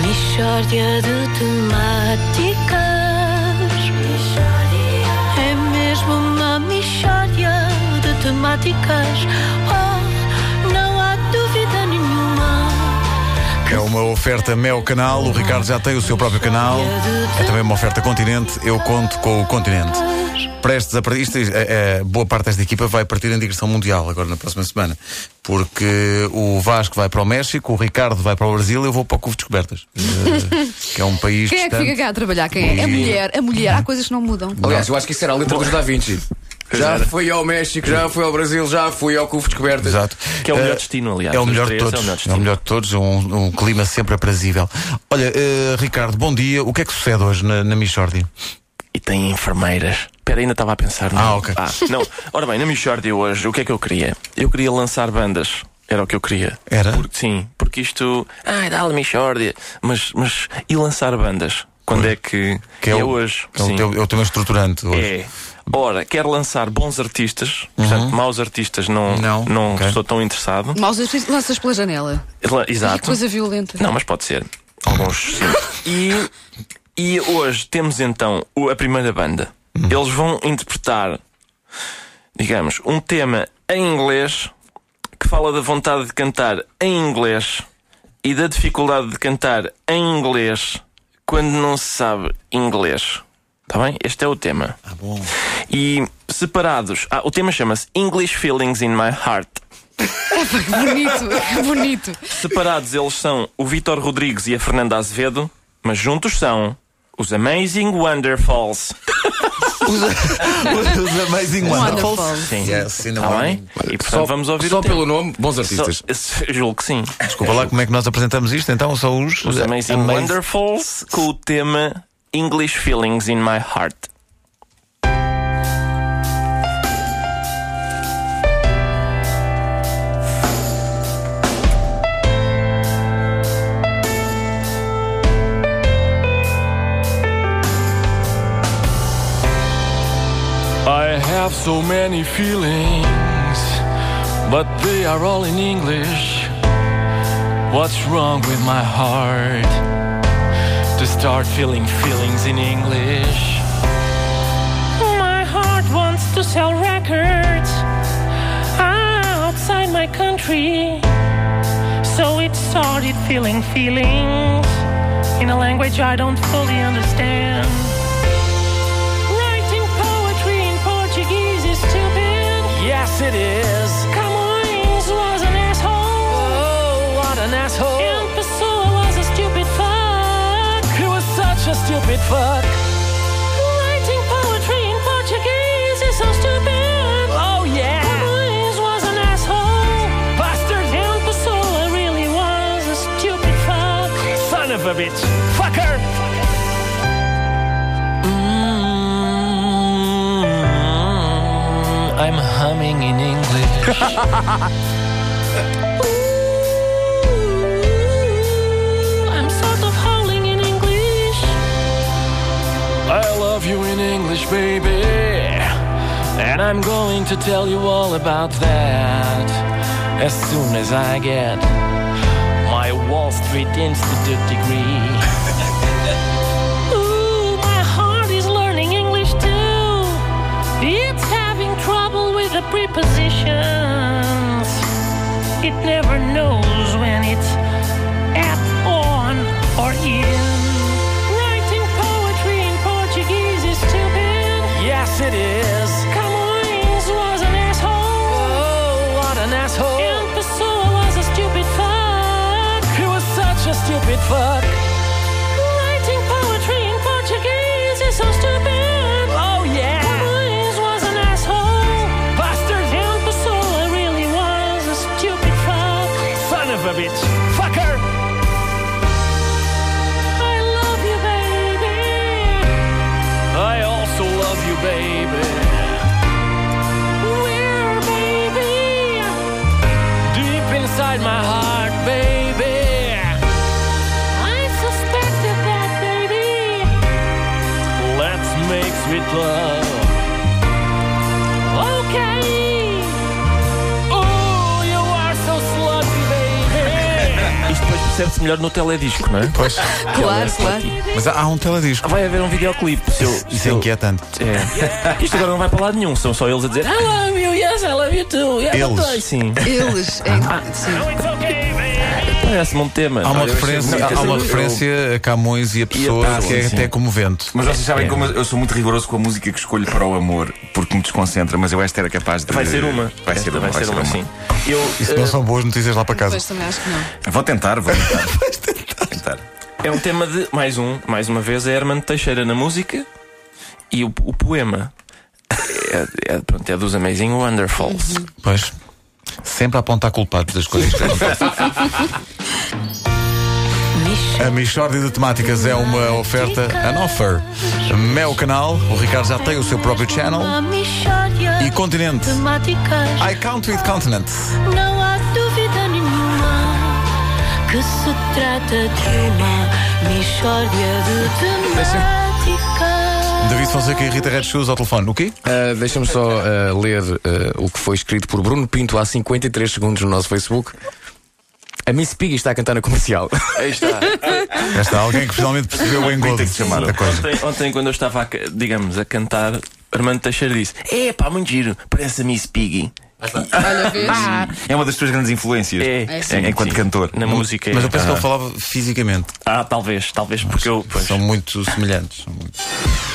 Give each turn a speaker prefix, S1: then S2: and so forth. S1: Mistória de temáticas. É mesmo uma mistória de temáticas. Oh, não há dúvida nenhuma.
S2: É uma oferta Mel Canal, o Ricardo já tem o seu próprio canal. É também uma oferta Continente, eu conto com o Continente. Prestes a partir, isto, é, é, boa parte desta equipa vai partir em digressão mundial agora na próxima semana, porque o Vasco vai para o México, o Ricardo vai para o Brasil e eu vou para o Cubo de Descobertas, eh, que é um país
S3: Quem é que
S2: distante.
S3: fica cá a trabalhar? Quem é? A mulher, a mulher, há coisas que não mudam.
S4: Aliás, eu acho que isso era a letra dos Da Vinci. Já fui ao México, já fui ao Brasil, já fui ao Cubo Descobertas.
S2: Exato.
S5: Que é o melhor
S2: Eh,
S5: destino, aliás.
S2: É o
S5: Dos
S2: melhor de
S5: três,
S2: todos.
S5: é o melhor
S2: É o melhor de todos, um, um clima sempre aprazível. Olha, eh, Ricardo, bom dia. O que é que sucede hoje na, na Michórdia?
S5: E tem enfermeiras. Pera, ainda estava a pensar. não. é?
S2: Ah, ok.
S5: não. Ora bem, na Michórdia hoje, o que é que eu queria? Eu queria lançar bandas. Era o que eu queria.
S2: Era?
S5: Por- sim, porque isto. Ah, dá-lhe Michórdia. Mas, mas. E lançar bandas? Quando é que.
S2: Que é o-
S5: hoje.
S2: É o,
S5: sim.
S2: teu, é o tema estruturante hoje. Uhum.
S5: É. Ora, quero lançar bons artistas. Portanto, maus artistas não,
S2: Não,
S5: não,
S2: ok.
S5: estou tão interessado.
S3: Maus artistas lanças pela janela.
S5: Lá- Exato.
S3: Que coisa violenta.
S5: Tá, Não, mas pode ser. Alguns sim. E, e hoje temos então o- a primeira banda. Eles vão interpretar, digamos, um tema em inglês que fala da vontade de cantar em inglês e da dificuldade de cantar em inglês quando não se sabe inglês. Está bem? Este é o tema.
S2: Ah, bom.
S5: E separados. Ah, o tema chama-se English Feelings in My Heart.
S3: Que bonito, que bonito.
S5: Separados eles são o Vitor Rodrigues e a Fernanda Azevedo, mas juntos são os Amazing Wonderfalls.
S2: Os Amazing Wonderful.
S3: Wonderful.
S5: Sim.
S2: Yes, in the
S5: Está
S2: morning.
S5: bem? E portanto
S4: Só,
S5: vamos ouvir
S4: só
S5: o tema.
S4: pelo nome, bons
S5: Só-
S4: artistas.
S5: esse- julgo que sim.
S2: Desculpa lá, como é que nós apresentamos isto? Então, só os.
S5: Os Amazing
S2: Amaz-
S5: Wonderfalls com o tema English Feelings in My Heart.
S6: I have so many feelings, but they are all in English. What's wrong with my heart to start feeling feelings in English?
S7: My heart wants to sell records outside my country. So it started feeling feelings in a language I don't fully understand. Writing poetry in Portuguese is stupid.
S6: Yes, it is.
S7: Camões was an asshole.
S6: Oh, what an asshole!
S7: And Pessoa was a stupid fuck.
S6: He was such a stupid fuck.
S7: Writing poetry in Portuguese is so stupid.
S6: Oh, yeah.
S7: Camões was an asshole.
S6: Bastard!
S7: And Pessoa really was a stupid fuck.
S6: Son of a bitch! Fucker! Mm-hmm. I'm humming in English.
S7: Ooh, I'm sort of howling in English.
S6: I love you in English, baby. And I'm going to tell you all about that as soon as I get my Wall Street Institute degree.
S7: Ooh, my heart is learning English too. It's having trouble with the prepositions. It never knows when it's at, on, or in. Writing poetry in Portuguese is stupid.
S6: Yes, it is.
S7: Camões was an asshole.
S6: Oh, what an asshole.
S7: And Pessoa was a stupid fuck.
S6: He was such a stupid fuck.
S7: Writing poetry in Portuguese is so stupid.
S6: Oh, yeah.
S7: Camões was an asshole.
S6: Bastard.
S7: And Pessoa really was a stupid fuck.
S6: Son of a bitch. Fucker.
S7: I love you, baby.
S6: I also love you, baby.
S7: We're baby.
S6: Deep inside my heart, baby.
S7: I
S5: percebe-se melhor no teledisco, não é?
S2: Pois.
S3: Claro, claro.
S2: Mas há, há um teledisco.
S5: Vai haver um videoclipe. Se eu,
S2: Isso
S5: se
S2: é
S5: eu-
S2: inquietante.
S5: é. Isto agora não vai para lado nenhum, são só eles a dizer I love you, yes, I love you too. Yeah,
S2: Eles.
S5: but I-" Sim,
S3: Eles.
S5: Ah.
S3: É, sim.
S5: parece-me um tema.
S2: Há uma
S5: Olha,
S2: referência, há uma referência a Camões e a pessoas
S5: Páscoa,
S2: que é
S5: sim.
S2: até comovente.
S8: Mas vocês
S5: É.
S8: sabem como eu sou muito rigoroso com a música que escolho para o amor, porque me desconcentra, mas eu esta era capaz de.
S5: Vai ser uma.
S8: Vai ser
S5: Esta
S8: uma,
S5: vai ser uma, sim. Eu,
S2: Isso
S5: eh,
S2: não são boas notícias lá para
S5: Tá.
S2: casa.
S3: Pois também acho que não.
S8: Vou tentar, vou tentar. Vou tentar.
S5: É um tema de, mais um, mais uma vez, é Herman Teixeira na música e o, o poema é, é, pronto, é dos Amazing Wonderfuls.
S2: Pois. Sempre a apontar culpados das coisas. que acontecem. a Michórdia de Temáticas é uma oferta, an offer. Mel Canal, o Ricardo já tem o seu
S1: É
S2: próprio channel. E Continente.
S1: Temáticas.
S2: I Count with Continent.
S1: Não há dúvida nenhuma que se trata de uma mistória de temáticas.
S2: É David Fonseca e Rita Red Shoes ao telefone. O quê?
S4: Ah, Deixa-me só ah, ler ah, o que foi escrito por Bruno Pinto há 53 segundos no nosso Facebook. A Miss Piggy está a cantar na comercial.
S5: Aí está.
S2: Já está alguém que finalmente percebeu o engodo
S8: Tem que chamar.
S2: da É coisa.
S5: Ontem, ontem, quando eu estava, a, ca- digamos, a cantar, Herman Teixeira disse: É pá, muito giro, parece a Miss Piggy.
S3: Olha, vês?
S5: Ah.
S8: É uma das tuas grandes influências
S5: É,
S3: sim,
S8: enquanto cantor.
S5: Na música. é.
S2: Uhum. Mas eu penso que ele falava fisicamente.
S5: Ah, talvez, talvez, porque eu. pois.
S2: São muito semelhantes. São muito-